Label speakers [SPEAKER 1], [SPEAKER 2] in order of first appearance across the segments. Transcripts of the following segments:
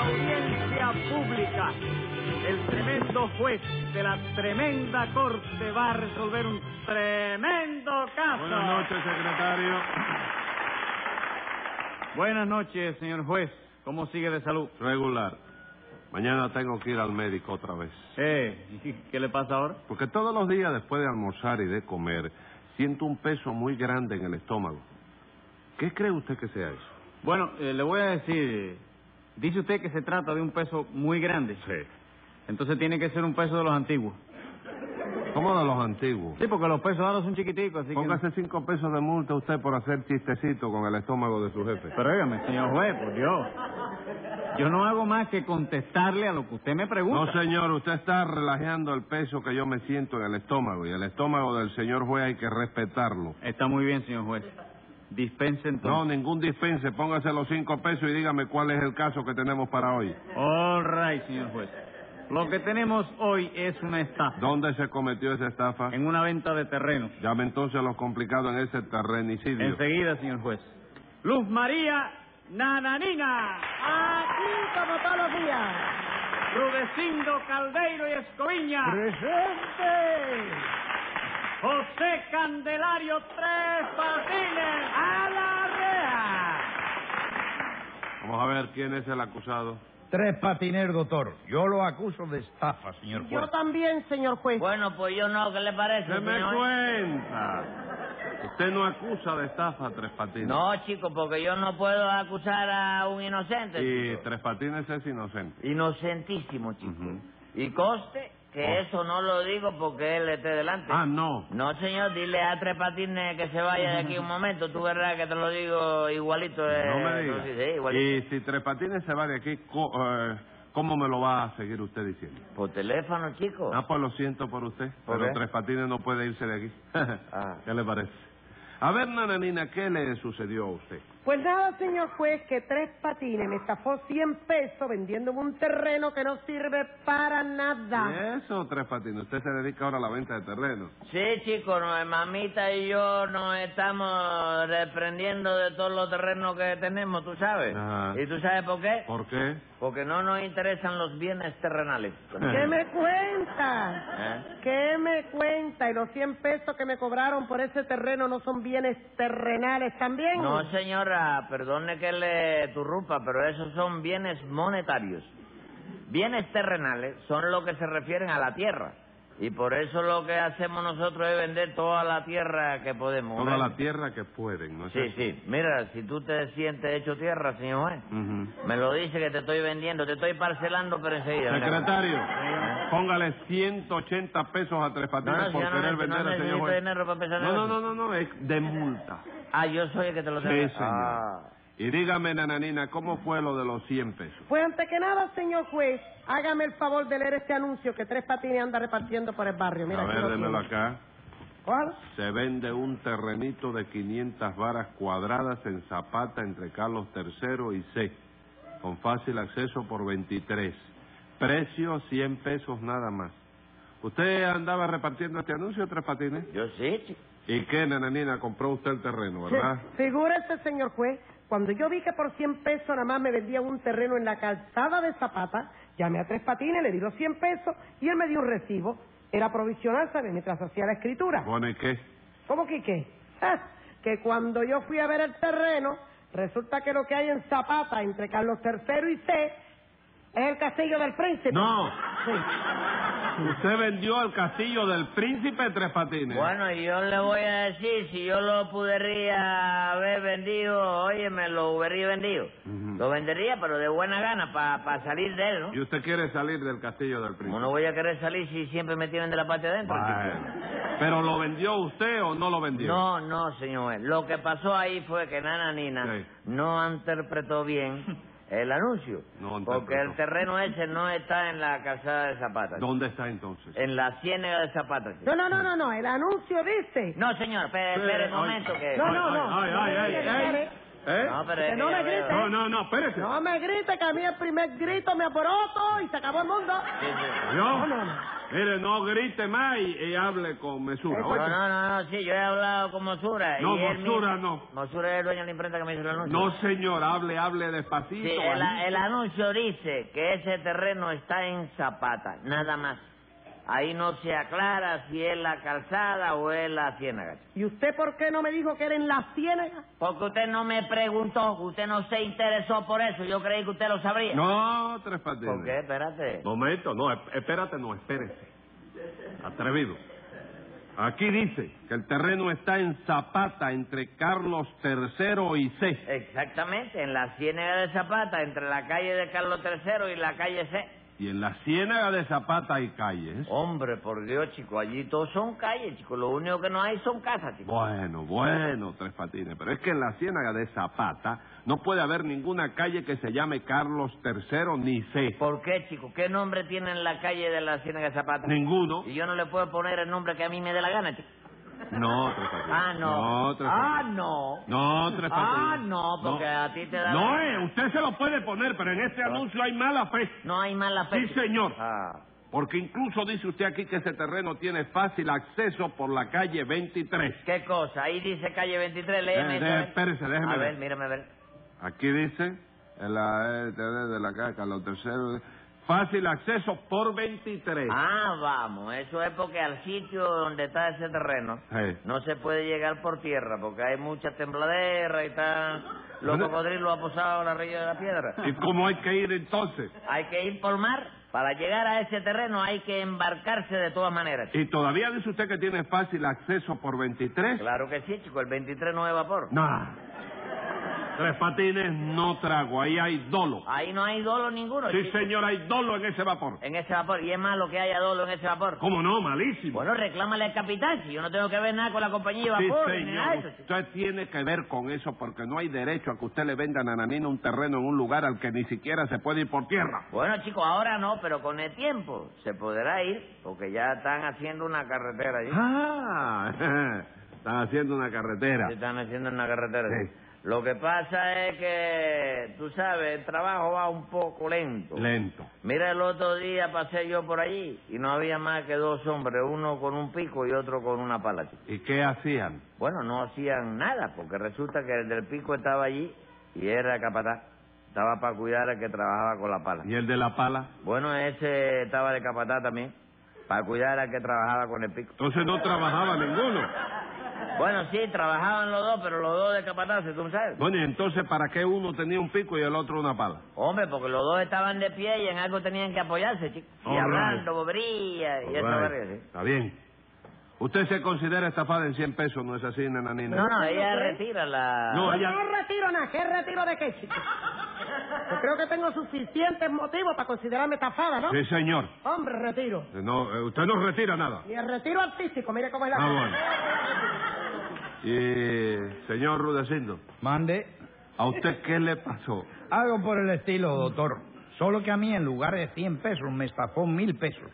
[SPEAKER 1] audiencia pública. El tremendo juez de la tremenda corte va a resolver un tremendo caso.
[SPEAKER 2] Buenas noches, secretario.
[SPEAKER 1] Buenas noches, señor juez. ¿Cómo sigue de salud?
[SPEAKER 2] Regular. Mañana tengo que ir al médico otra vez.
[SPEAKER 1] Eh, ¿qué le pasa ahora?
[SPEAKER 2] Porque todos los días después de almorzar y de comer, siento un peso muy grande en el estómago. ¿Qué cree usted que sea eso?
[SPEAKER 1] Bueno, eh, le voy a decir. Dice usted que se trata de un peso muy grande. Entonces tiene que ser un peso de los antiguos.
[SPEAKER 2] ¿Cómo de los antiguos?
[SPEAKER 1] Sí, porque los pesos ahora son chiquiticos, así que...
[SPEAKER 2] Póngase cinco pesos de multa usted por hacer chistecito con el estómago de su jefe.
[SPEAKER 1] Pero óigame, señor juez, por Dios. Yo no hago más que contestarle a lo que usted me pregunta.
[SPEAKER 2] No, señor, usted está relajando el peso que yo me siento en el estómago. Y el estómago del señor juez hay que respetarlo.
[SPEAKER 1] Está muy bien, señor juez. Dispense
[SPEAKER 2] No,
[SPEAKER 1] entonces.
[SPEAKER 2] ningún dispense. Póngase los cinco pesos y dígame cuál es el caso que tenemos para hoy.
[SPEAKER 1] All right, señor juez. Lo que tenemos hoy es una estafa.
[SPEAKER 2] ¿Dónde se cometió esa estafa?
[SPEAKER 1] En una venta de terreno.
[SPEAKER 2] Llame entonces a los complicados en ese terrenicidio.
[SPEAKER 1] Enseguida, señor juez. Luz María Nananina.
[SPEAKER 3] Aquí como todos los días.
[SPEAKER 1] Rudecindo Caldeiro y Escoviña.
[SPEAKER 3] ¡Presente!
[SPEAKER 1] José Candelario Tres Patines a la rea.
[SPEAKER 2] Vamos a ver quién es el acusado.
[SPEAKER 4] Tres patiner, doctor. Yo lo acuso de estafa, señor
[SPEAKER 3] Yo
[SPEAKER 4] juez.
[SPEAKER 3] también, señor juez.
[SPEAKER 5] Bueno, pues yo no, ¿qué le parece?
[SPEAKER 2] ¡Se me
[SPEAKER 5] señor?
[SPEAKER 2] cuenta! Usted no acusa de estafa a Tres Patines.
[SPEAKER 5] No, chico, porque yo no puedo acusar a un inocente.
[SPEAKER 2] Y
[SPEAKER 5] chico.
[SPEAKER 2] Tres Patines es inocente.
[SPEAKER 5] Inocentísimo, chico.
[SPEAKER 2] Ujú.
[SPEAKER 5] Y conste que
[SPEAKER 2] Oh.
[SPEAKER 5] eso no lo digo porque él esté delante.
[SPEAKER 2] Ah, no.
[SPEAKER 5] No, señor, dile a Tres Patines que se vaya de aquí un momento. Tú verás que te lo digo igualito. eh,
[SPEAKER 2] No me
[SPEAKER 5] no, sí, sí,
[SPEAKER 2] diga.
[SPEAKER 5] igualito.
[SPEAKER 2] Y si Tres Patines se va de aquí, co- eh, ¿cómo me lo va a seguir usted diciendo?
[SPEAKER 5] Por teléfono, chico.
[SPEAKER 2] Ah, pues lo siento por usted,
[SPEAKER 5] Oh. ¿Por
[SPEAKER 2] pero
[SPEAKER 5] qué? Ah.
[SPEAKER 2] Tres Patines no puede irse de aquí. ¿Qué le parece? A ver, nananina, ¿qué le sucedió a usted?
[SPEAKER 3] Pues nada, señor juez, que Tres Patines me estafó 100 pesos vendiéndome un terreno que no sirve para nada.
[SPEAKER 2] ¿Y Eso, Tres Patines, usted se dedica ahora a la venta de terreno.
[SPEAKER 5] Sí, chicos, mamita y yo nos estamos reprendiendo de todos los terrenos que tenemos, tú sabes.
[SPEAKER 2] Ajá.
[SPEAKER 5] ¿Y tú sabes por qué?
[SPEAKER 2] ¿Por qué?
[SPEAKER 5] Porque no nos interesan los bienes terrenales.
[SPEAKER 3] ¿Qué me cuenta?
[SPEAKER 5] ¿Eh?
[SPEAKER 3] ¿Qué me cuenta? ¿Y los 100 pesos que me cobraron por ese terreno no son bienes terrenales también?
[SPEAKER 5] No, señora, perdone que le turrupa, pero esos son bienes monetarios. Bienes terrenales son lo que se refieren a la tierra. Y por eso lo que hacemos nosotros es vender toda la tierra que podemos.
[SPEAKER 2] Toda
[SPEAKER 5] ¿ves?
[SPEAKER 2] la tierra que pueden, ¿no es
[SPEAKER 5] Sí,
[SPEAKER 2] eso?
[SPEAKER 5] sí. Mira, si tú te sientes hecho tierra, señor juez,
[SPEAKER 2] Ujú.
[SPEAKER 5] me lo dice que te estoy vendiendo, te estoy parcelando, pero enseguida. mira.
[SPEAKER 2] Secretario, póngale 180 pesos a Tres
[SPEAKER 5] No,
[SPEAKER 2] Patines
[SPEAKER 5] no,
[SPEAKER 2] por
[SPEAKER 5] señor, no,
[SPEAKER 2] querer
[SPEAKER 5] no
[SPEAKER 2] vender al señor
[SPEAKER 5] necesito
[SPEAKER 2] juez.
[SPEAKER 5] dinero para empezar
[SPEAKER 2] No, no, no,
[SPEAKER 5] negocio.
[SPEAKER 2] no, no, es de multa.
[SPEAKER 5] Ah, yo soy el que te lo
[SPEAKER 2] Sí,
[SPEAKER 5] tengo.
[SPEAKER 2] señor.
[SPEAKER 5] Ah.
[SPEAKER 2] Y dígame, nananina, ¿cómo fue lo de los 100 pesos?
[SPEAKER 3] Pues antes que nada, señor juez, hágame el favor de leer este anuncio que Tres Patines anda repartiendo por el barrio. Mira,
[SPEAKER 2] a
[SPEAKER 3] aquí
[SPEAKER 2] ver,
[SPEAKER 3] lo
[SPEAKER 2] démelo
[SPEAKER 3] tiene.
[SPEAKER 2] acá.
[SPEAKER 3] ¿Cuál?
[SPEAKER 2] Se vende un terrenito de 500 varas cuadradas en Zapata entre Carlos III y C, con fácil acceso por 23. Precio 100 pesos nada más. ¿Usted andaba repartiendo este anuncio, Tres Patines?
[SPEAKER 5] Yo sí, chico.
[SPEAKER 2] ¿Y qué, nananina? Compró usted el terreno, ¿verdad?
[SPEAKER 3] Sí, Figúrese, señor juez, cuando yo vi que por 100 pesos nada más me vendían un terreno en la calzada de Zapata, llamé a Tres Patines, le di los 100 pesos y él me dio un recibo. Era provisional, ¿sabes? Mientras hacía la escritura.
[SPEAKER 2] Bueno, ¿y qué?
[SPEAKER 3] ¿Cómo que qué? Ah, que cuando yo fui a ver el terreno, resulta que lo que hay en Zapata, entre Carlos III y C, es el castillo del príncipe.
[SPEAKER 2] ¡No!
[SPEAKER 3] Sí.
[SPEAKER 2] Usted vendió el castillo del príncipe Tres Patines.
[SPEAKER 5] Bueno, y yo le voy a decir, si yo lo pudiera haber vendido, oye, me lo hubiera vendido.
[SPEAKER 2] Ujú.
[SPEAKER 5] Lo vendería, pero de buena gana, para salir de él, ¿no?
[SPEAKER 2] ¿Y usted quiere salir del castillo del príncipe?
[SPEAKER 5] ¿Cómo no voy a querer salir si siempre me tienen de la parte de adentro? chico?
[SPEAKER 2] Bueno. ¿Pero lo vendió usted o no lo vendió?
[SPEAKER 5] No, no, señor. juez. Lo que pasó ahí fue que Nana Nina
[SPEAKER 2] Sí.
[SPEAKER 5] no interpretó bien el anuncio.
[SPEAKER 2] No interpretó.
[SPEAKER 5] porque el terreno ese no está en la calzada de Zapata.
[SPEAKER 2] ¿Dónde está entonces?
[SPEAKER 5] En la ciénaga de Zapata. chico.
[SPEAKER 3] No, no, no, no, no, el anuncio dice.
[SPEAKER 5] No, señor, espere, espere un
[SPEAKER 2] ay.
[SPEAKER 5] momento que...
[SPEAKER 3] No, no, no.
[SPEAKER 2] Ay, ay, ay, ay, ay. ¿Eh?
[SPEAKER 5] No, pero es
[SPEAKER 3] Que no
[SPEAKER 5] que
[SPEAKER 3] me
[SPEAKER 5] ya veo.
[SPEAKER 3] grite.
[SPEAKER 2] No, no, no, espérese.
[SPEAKER 3] No me grite, que a mí el primer grito me aporoto y se acabó el mundo.
[SPEAKER 5] Sí, sí.
[SPEAKER 2] Yo,
[SPEAKER 3] No, no, no.
[SPEAKER 2] mire, no grite más y, y hable con mesura.
[SPEAKER 5] No,
[SPEAKER 2] ¿oye?
[SPEAKER 5] no, no, no, sí, yo he hablado con Mosura.
[SPEAKER 2] No,
[SPEAKER 5] y él
[SPEAKER 2] Mosura
[SPEAKER 5] mismo-
[SPEAKER 2] no.
[SPEAKER 5] Mosura es el dueño de la imprenta que me hizo el anuncio.
[SPEAKER 2] No, señor, hable, hable despacito.
[SPEAKER 5] Sí, el,
[SPEAKER 2] ahí.
[SPEAKER 5] el anuncio dice que ese terreno está en Zapata, nada más. Ahí no se aclara si es la calzada o es la ciénaga.
[SPEAKER 3] ¿Y usted por qué no me dijo que era en la ciénaga?
[SPEAKER 5] Porque usted no me preguntó, usted no se interesó por eso, yo creí que usted lo sabría.
[SPEAKER 2] No, Tres Patines.
[SPEAKER 5] ¿Por qué? Espérate.
[SPEAKER 2] Momento, no, esp- espérate, no, espérese. Atrevido. Aquí dice que el terreno está en Zapata, entre Carlos III y
[SPEAKER 5] Eh.
[SPEAKER 2] C.
[SPEAKER 5] Exactamente, en la ciénaga de Zapata, entre la calle de Carlos III y la calle C.
[SPEAKER 2] Y en la ciénaga de Zapata hay calles.
[SPEAKER 5] Hombre, por Dios, chico, allí todos son calles, chico. Lo único que no hay son casas, chico.
[SPEAKER 2] Bueno, bueno, Tres Patines, pero es que en la ciénaga de Zapata no puede haber ninguna calle que se llame Carlos III ni C.
[SPEAKER 5] ¿Por qué, chico? ¿Qué nombre tiene en la calle de la Ciénaga de Zapata?
[SPEAKER 2] Ninguno.
[SPEAKER 5] Y yo no le puedo poner el nombre que a mí me dé la gana, chico.
[SPEAKER 2] No, Tres Patines.
[SPEAKER 5] Ah, no.
[SPEAKER 2] No, Tres
[SPEAKER 5] ah,
[SPEAKER 2] Patines.
[SPEAKER 5] no.
[SPEAKER 2] No, Tres Patines.
[SPEAKER 5] Ah, no, porque a ti te da
[SPEAKER 2] No,
[SPEAKER 5] la-
[SPEAKER 2] eh, usted se lo puede poner, pero en este anuncio hay mala fe.
[SPEAKER 5] No hay mala fe.
[SPEAKER 2] Sí,
[SPEAKER 5] chico.
[SPEAKER 2] señor.
[SPEAKER 5] Ah.
[SPEAKER 2] Porque incluso dice usted aquí que ese terreno tiene fácil acceso por la calle 23.
[SPEAKER 5] ¿Qué cosa? Ahí dice calle 23, léeme.
[SPEAKER 2] Eh,
[SPEAKER 5] eso, a ver.
[SPEAKER 2] espérese, déjeme
[SPEAKER 5] A
[SPEAKER 2] ver.
[SPEAKER 5] ver, mírame, a ver.
[SPEAKER 2] Aquí dice, en la eh, de la calle Carlos III, fácil acceso por 23.
[SPEAKER 5] Ah, vamos, eso es porque al sitio donde está ese terreno
[SPEAKER 2] Sí.
[SPEAKER 5] no se puede llegar por tierra porque hay mucha tembladera y están los
[SPEAKER 2] Bueno.
[SPEAKER 5] cocodrilos aposados en la orilla de la piedra.
[SPEAKER 2] ¿Y cómo hay que ir entonces?
[SPEAKER 5] Hay que ir por mar. Para llegar a ese terreno hay que embarcarse de todas maneras.
[SPEAKER 2] ¿Y todavía dice usted que tiene fácil acceso por 23?
[SPEAKER 5] Claro que sí, chico, el 23 no es vapor.
[SPEAKER 2] No. Tres patines no trago, ahí hay dolo.
[SPEAKER 5] Ahí Ah, no Eh. hay dolo ninguno.
[SPEAKER 2] Sí,
[SPEAKER 5] chico,
[SPEAKER 2] señor, hay dolo en ese vapor.
[SPEAKER 5] En ese vapor. Y es malo que haya dolo en ese vapor.
[SPEAKER 2] ¿Cómo no? Malísimo.
[SPEAKER 5] Bueno, reclámale al capitán, si yo no tengo que ver nada con la compañía de
[SPEAKER 2] Sí,
[SPEAKER 5] vapor. ni nada de
[SPEAKER 2] señor.
[SPEAKER 5] eso, chico.
[SPEAKER 2] Usted tiene que ver con eso porque no hay derecho a que usted le venda a Nananina un terreno en un lugar al que ni siquiera se puede ir por tierra.
[SPEAKER 5] Bueno, chicos, ahora no, pero con el tiempo se podrá ir, porque ya están haciendo una carretera allí.
[SPEAKER 2] Ah, están haciendo una carretera.
[SPEAKER 5] Se Están haciendo una carretera.
[SPEAKER 2] Sí.
[SPEAKER 5] Lo que pasa es que, tú sabes, el trabajo va un poco lento.
[SPEAKER 2] Lento.
[SPEAKER 5] Mira, el otro día pasé yo por allí y no había más que dos hombres, uno con un pico y otro con una pala. chico.
[SPEAKER 2] ¿Y qué hacían?
[SPEAKER 5] Bueno, no hacían nada, porque resulta que el del pico estaba allí y era capataz. Estaba para cuidar al que trabajaba con la pala.
[SPEAKER 2] ¿Y el de la pala?
[SPEAKER 5] Bueno, ese estaba de capataz también, para cuidar al que trabajaba con el pico.
[SPEAKER 2] Entonces no trabajaba ninguno.
[SPEAKER 5] Bueno, sí, trabajaban los dos, pero los dos de capataces, tú sabes.
[SPEAKER 2] Bueno, y entonces, ¿para qué uno tenía un pico y el otro una pala?
[SPEAKER 5] Hombre, porque los dos estaban de pie y en algo tenían que apoyarse, chicos. Y
[SPEAKER 2] All right.
[SPEAKER 5] hablando, bobería y esa
[SPEAKER 2] Alright,
[SPEAKER 5] barriga, ¿sí?
[SPEAKER 2] Está bien. Usted se considera estafada en 100 pesos, ¿no es así, Nananina?
[SPEAKER 5] No, no, ella
[SPEAKER 3] ¿Sí?
[SPEAKER 5] retira la...
[SPEAKER 2] No, ella-
[SPEAKER 3] Yo no retiro nada. ¿Qué retiro de qué, chico? Yo creo que tengo suficientes motivos para considerarme estafada, ¿no?
[SPEAKER 2] Sí, señor.
[SPEAKER 3] Hombre, retiro.
[SPEAKER 2] No, eh, usted no retira nada.
[SPEAKER 3] Y el retiro artístico, mire cómo es la
[SPEAKER 2] Ah,
[SPEAKER 3] cosa.
[SPEAKER 2] bueno. Y, señor Rudecindo,
[SPEAKER 4] Mande
[SPEAKER 2] ¿a usted qué le pasó?
[SPEAKER 4] algo por el estilo, doctor. Solo que a mí en lugar de 100 pesos me estafó mil pesos.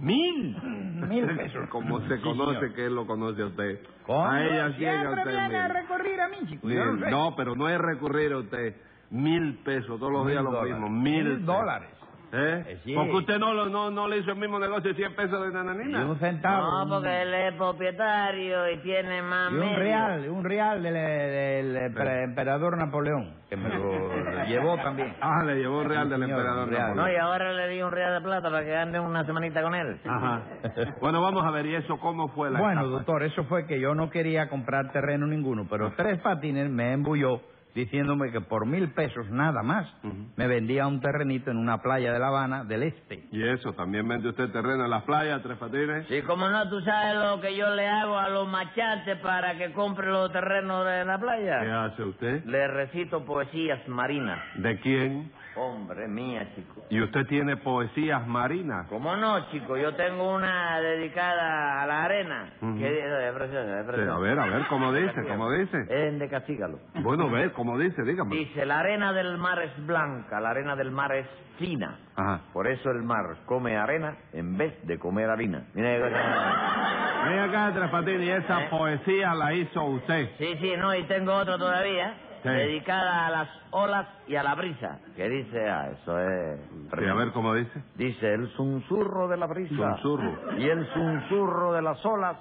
[SPEAKER 2] ¡Mil!
[SPEAKER 4] Mil pesos.
[SPEAKER 2] Como Ah, se
[SPEAKER 4] Sí,
[SPEAKER 2] conoce
[SPEAKER 4] señor.
[SPEAKER 2] que él lo conoce a usted.
[SPEAKER 4] ¿Cómo?
[SPEAKER 2] A ella sí a
[SPEAKER 4] Siempre
[SPEAKER 2] usted
[SPEAKER 4] viene a
[SPEAKER 2] mil.
[SPEAKER 4] recurrir a mí, chico. yo
[SPEAKER 2] Mil.
[SPEAKER 4] lo sé.
[SPEAKER 2] No, pero no es recurrir a usted. Mil pesos, todos los
[SPEAKER 4] Mil
[SPEAKER 2] días lo
[SPEAKER 4] dólares.
[SPEAKER 2] mismo. Mil,
[SPEAKER 4] Mil
[SPEAKER 2] pesos.
[SPEAKER 4] dólares.
[SPEAKER 2] ¿Eh?
[SPEAKER 4] Eh, sí.
[SPEAKER 2] Porque usted no, lo- no, no le hizo el mismo negocio de 100 pesos de nananina.
[SPEAKER 4] Y un centavo.
[SPEAKER 5] No, porque él es propietario y tiene más
[SPEAKER 4] Y un
[SPEAKER 5] medios.
[SPEAKER 4] real, un real del, del- del
[SPEAKER 2] Sí.
[SPEAKER 4] emperador Napoleón, que me lo llevó también.
[SPEAKER 2] Ah, le llevó un real
[SPEAKER 4] Sí,
[SPEAKER 2] del
[SPEAKER 4] señor,
[SPEAKER 2] emperador.
[SPEAKER 4] un real.
[SPEAKER 2] Napoleón.
[SPEAKER 5] No, y ahora le di un real de plata para que ande una semanita con él.
[SPEAKER 4] Ah.
[SPEAKER 2] Ajá. Bueno, vamos a ver, ¿y eso cómo fue la
[SPEAKER 4] Bueno,
[SPEAKER 2] estafa?
[SPEAKER 4] doctor, eso fue que yo no quería comprar terreno ninguno,
[SPEAKER 2] Ah.
[SPEAKER 4] pero tres patines me embulló diciéndome que por mil pesos nada más
[SPEAKER 2] Ujú.
[SPEAKER 4] me vendía un terrenito en una playa de La Habana del Este.
[SPEAKER 2] Y eso, también vende usted terreno en las playas, Tres Patines.
[SPEAKER 5] Sí, como no, tú sabes lo que yo le hago a los machates para que compre los terrenos de la
[SPEAKER 2] ¿Qué
[SPEAKER 5] playa.
[SPEAKER 2] hace usted?
[SPEAKER 5] Le recito poesías marinas.
[SPEAKER 2] ¿De quién?
[SPEAKER 5] Hombre mía, chico.
[SPEAKER 2] ¿Y usted tiene poesías marinas?
[SPEAKER 5] ¿Cómo no, chico? Yo tengo una dedicada a la arena.
[SPEAKER 2] Ujú.
[SPEAKER 5] Que dice- es preciosa, es
[SPEAKER 2] Sí,
[SPEAKER 5] preciosa.
[SPEAKER 2] a ver, a ver, ¿cómo dice? ¿Cómo dice?
[SPEAKER 5] Es de Castígalo.
[SPEAKER 4] Eh.
[SPEAKER 2] Bueno, ver, ¿cómo dice? Dígame.
[SPEAKER 5] Dice, la arena del mar es blanca, la arena del mar es fina.
[SPEAKER 2] Ajá.
[SPEAKER 5] Por eso el mar come arena en vez de comer harina. Mira qué cosa.
[SPEAKER 2] Venga acá, Tres Patines, y esa
[SPEAKER 5] ¿Eh?
[SPEAKER 2] poesía la hizo usted.
[SPEAKER 5] Sí, sí, no, y tengo otro todavía.
[SPEAKER 2] Sí.
[SPEAKER 5] dedicada a las olas y a la brisa. ¿Qué dice? Ah, eso es...
[SPEAKER 2] Sí, a ver cómo dice.
[SPEAKER 5] Dice, el susurro de la brisa.
[SPEAKER 2] Susurro.
[SPEAKER 5] Y el susurro de las olas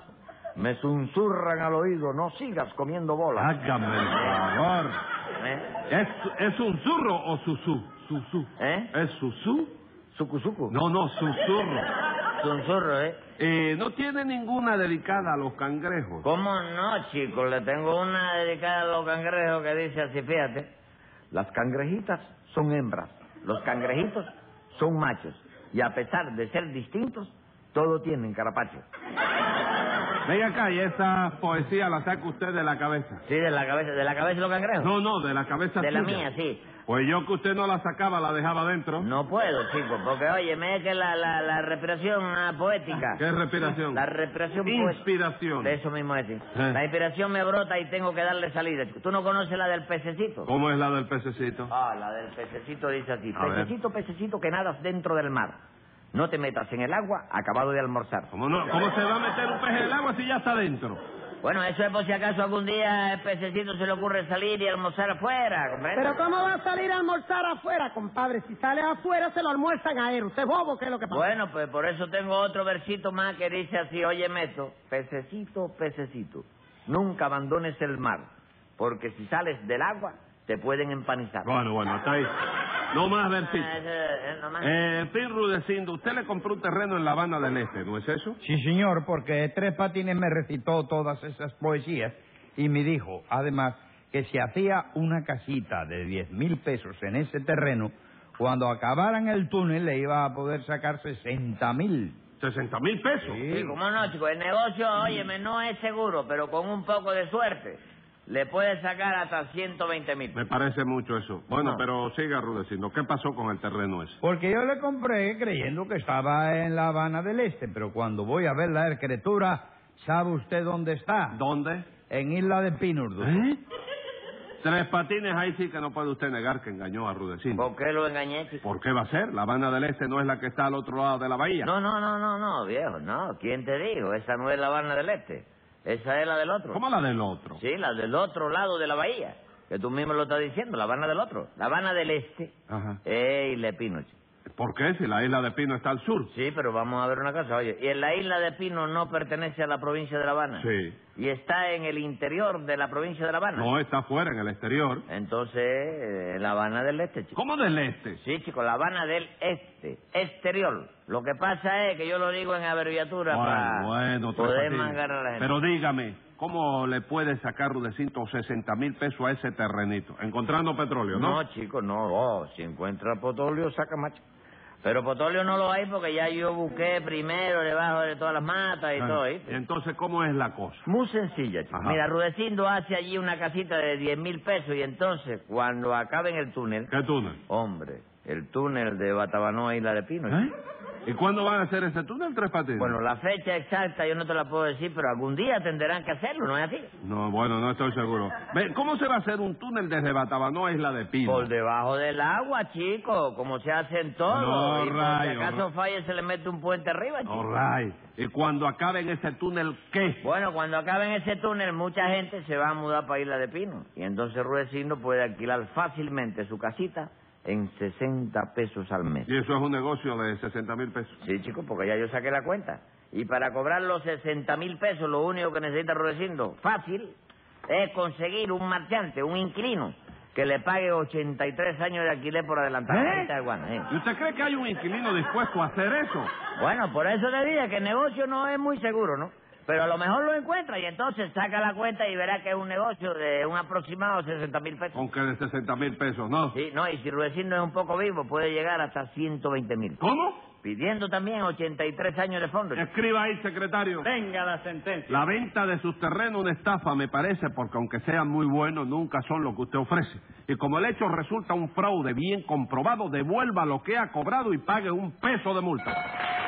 [SPEAKER 5] me susurran al oído. No sigas comiendo bolas.
[SPEAKER 2] Hágame el favor.
[SPEAKER 5] ¿Eh?
[SPEAKER 2] ¿Es, ¿Es un zurro o susú? Susú.
[SPEAKER 5] ¿Eh?
[SPEAKER 2] ¿Es susú?
[SPEAKER 5] Sucusucu.
[SPEAKER 2] No, no, susurro.
[SPEAKER 5] Susurro, ¿eh?
[SPEAKER 2] Eh, no tiene ninguna dedicada a los cangrejos.
[SPEAKER 5] ¿Cómo no, chicos? Le tengo una dedicada a los cangrejos que dice así, fíjate. Las cangrejitas son hembras, los cangrejitos son machos. Y a pesar de ser distintos, todos tienen carapacho.
[SPEAKER 2] Venga acá, y esa poesía la saca usted de la cabeza.
[SPEAKER 5] Sí, de la cabeza, de la cabeza de los cangrejos.
[SPEAKER 2] No, no, de la cabeza
[SPEAKER 5] de la
[SPEAKER 2] suya.
[SPEAKER 5] mía, sí.
[SPEAKER 2] Pues yo que usted no la sacaba, la dejaba adentro.
[SPEAKER 5] No puedo, chicos, porque oye, me es que la, la, la respiración ah, poética.
[SPEAKER 2] ¿Qué respiración?
[SPEAKER 5] La respiración poética.
[SPEAKER 2] Inspiración.
[SPEAKER 5] De eso mismo es, sí.
[SPEAKER 2] Ah.
[SPEAKER 5] La inspiración me brota y tengo que darle salida. ¿Tú no conoces la del pececito?
[SPEAKER 2] ¿Cómo es la del pececito?
[SPEAKER 5] Ah, la del pececito dice así.
[SPEAKER 2] A ver.
[SPEAKER 5] Pececito, pececito, que nadas dentro del mar. No te metas en el agua acabado de almorzar.
[SPEAKER 2] ¿Cómo, no? ¿Cómo se va a meter un pez en el agua si ya está adentro?
[SPEAKER 5] Bueno, eso es por si acaso algún día el pececito se le ocurre salir y almorzar afuera, ¿comprende?
[SPEAKER 3] Pero ¿cómo va a salir a almorzar afuera, compadre? Si sale afuera, se lo almuerzan a él. ¿Usted es bobo qué es lo que pasa?
[SPEAKER 5] Bueno, pues por eso tengo otro versito más que dice así, óyeme esto, pececito, pececito, nunca abandones el mar, porque si sales del agua te pueden empanizar.
[SPEAKER 2] Bueno, bueno, está ahí. No más versitos.
[SPEAKER 5] Ah, eso es nomás.
[SPEAKER 2] Eh, en fin, Rudecindo, usted le compró un terreno en La Habana del Este, ¿no es eso?
[SPEAKER 4] Sí, señor, porque Tres Patines me recitó todas esas poesías y me dijo, además, que si hacía una casita de diez mil pesos en ese terreno, cuando acabaran el túnel le iba a poder sacar sesenta mil.
[SPEAKER 2] 60 mil pesos.
[SPEAKER 5] Sí, cómo no, chico. El negocio,
[SPEAKER 2] Mm.
[SPEAKER 5] óyeme, no es seguro, pero con un poco de suerte le puedes sacar hasta 120 mil.
[SPEAKER 2] Me parece mucho eso. Bueno,
[SPEAKER 5] No.
[SPEAKER 2] pero siga, Rudecindo, ¿qué pasó con el terreno ese?
[SPEAKER 4] Porque yo le compré creyendo que estaba en La Habana del Este, pero cuando voy a ver la escritura, ¿sabe usted dónde está?
[SPEAKER 2] ¿Dónde?
[SPEAKER 4] En Isla de Pinurdo.
[SPEAKER 2] ¿Eh? Tres patines, ahí sí que no puede usted negar que engañó a Rudecindo.
[SPEAKER 5] ¿Por qué lo engañé, chico?
[SPEAKER 2] ¿Por qué va a ser? La Habana del Este no es la que está al otro lado de la bahía.
[SPEAKER 5] No, no, no, no, no, viejo, no. ¿Quién te dijo? Esa no es la Habana del Este. Esa es la del otro.
[SPEAKER 2] ¿Cómo la del otro?
[SPEAKER 5] Sí, la del otro lado de la bahía. Que tú mismo lo estás diciendo, la Habana del otro. La Habana del Este.
[SPEAKER 2] Ajá.
[SPEAKER 5] Eh, Isla de Pino, chico.
[SPEAKER 2] ¿Por qué? Si la isla de Pino está al sur.
[SPEAKER 5] Sí, pero vamos a ver una cosa, oye. Y en la isla de Pino no pertenece a la provincia de La Habana.
[SPEAKER 2] Sí.
[SPEAKER 5] Y está en el interior de la provincia de La Habana.
[SPEAKER 2] No, está fuera, en el exterior.
[SPEAKER 5] Entonces, eh, La Habana del Este, chico.
[SPEAKER 2] ¿Cómo del este?
[SPEAKER 5] Sí, chico, La Habana del Este, exterior. Lo que pasa es que yo lo digo en abreviatura
[SPEAKER 2] Bueno,
[SPEAKER 5] para
[SPEAKER 2] bueno, Tres
[SPEAKER 5] poder
[SPEAKER 2] Patines.
[SPEAKER 5] mangar a la gente.
[SPEAKER 2] Pero dígame, ¿cómo le puede sacar Rudecindo 60 mil pesos a ese terrenito? Encontrando petróleo, ¿no?
[SPEAKER 5] No, chico, no. Oh, si encuentra potolio, saca macho. Pero potolio no lo hay porque ya yo busqué primero debajo de todas las matas y
[SPEAKER 2] Ah,
[SPEAKER 5] todo,
[SPEAKER 2] ¿Y
[SPEAKER 5] ¿viste?
[SPEAKER 2] entonces cómo es la cosa?
[SPEAKER 5] Muy sencilla, chico.
[SPEAKER 2] Ajá.
[SPEAKER 5] Mira, Rudecindo hace allí una casita de 10 mil pesos y entonces, cuando acaben el túnel...
[SPEAKER 2] ¿Qué túnel?
[SPEAKER 5] Hombre, el túnel de Batabanó a Isla de Pino.
[SPEAKER 2] ¿Eh?
[SPEAKER 5] chico.
[SPEAKER 2] ¿Y cuándo van a hacer ese túnel, Tres Patines?
[SPEAKER 5] Bueno, la fecha exacta yo no te la puedo decir, pero algún día tendrán que hacerlo, ¿no es así?
[SPEAKER 2] No, bueno, no estoy seguro. Ve, ¿Cómo se va a hacer un túnel desde Batabanó a Isla de Pino?
[SPEAKER 5] Por debajo del agua, chico, como se hacen todos.
[SPEAKER 2] No,
[SPEAKER 5] y
[SPEAKER 2] rayo,
[SPEAKER 5] por si acaso
[SPEAKER 2] no.
[SPEAKER 5] falla se le mete un puente arriba, chico.
[SPEAKER 2] All right. ¿Y cuando acaben ese túnel qué?
[SPEAKER 5] Bueno, cuando acaben ese túnel, mucha gente se va a mudar para Isla de Pino. Y entonces Rudecindo puede alquilar fácilmente su casita en 60 pesos al mes.
[SPEAKER 2] Y eso es un negocio de 60 mil pesos.
[SPEAKER 5] Sí, chico, porque ya yo saqué la cuenta. Y para cobrar los 60 mil pesos, lo único que necesita Rudecindo, fácil, es conseguir un marchante, un inquilino, que le pague 83 años de alquiler por adelantado.
[SPEAKER 2] ¿Eh?
[SPEAKER 5] Ahí está, guana, ¿eh?
[SPEAKER 2] ¿Y usted cree que hay un inquilino dispuesto a hacer eso?
[SPEAKER 5] Bueno, por eso le dije que el negocio no es muy seguro, ¿no? Pero a lo mejor lo encuentra y entonces saca la cuenta y verá que es un negocio de un aproximado 60 mil pesos.
[SPEAKER 2] Con que de 60 mil pesos, ¿no?
[SPEAKER 5] Sí, no, y si Rudecindo es un poco vivo, puede llegar hasta 120 mil.
[SPEAKER 2] ¿Cómo?
[SPEAKER 5] Pidiendo también 83 años de fondo.
[SPEAKER 2] Escriba ahí, secretario.
[SPEAKER 1] Tenga la sentencia.
[SPEAKER 2] La venta de sus terrenos una estafa, me parece, porque aunque sean muy buenos, nunca son lo que usted ofrece. Y como el hecho resulta un fraude bien comprobado, devuelva lo que ha cobrado y pague un peso de multa.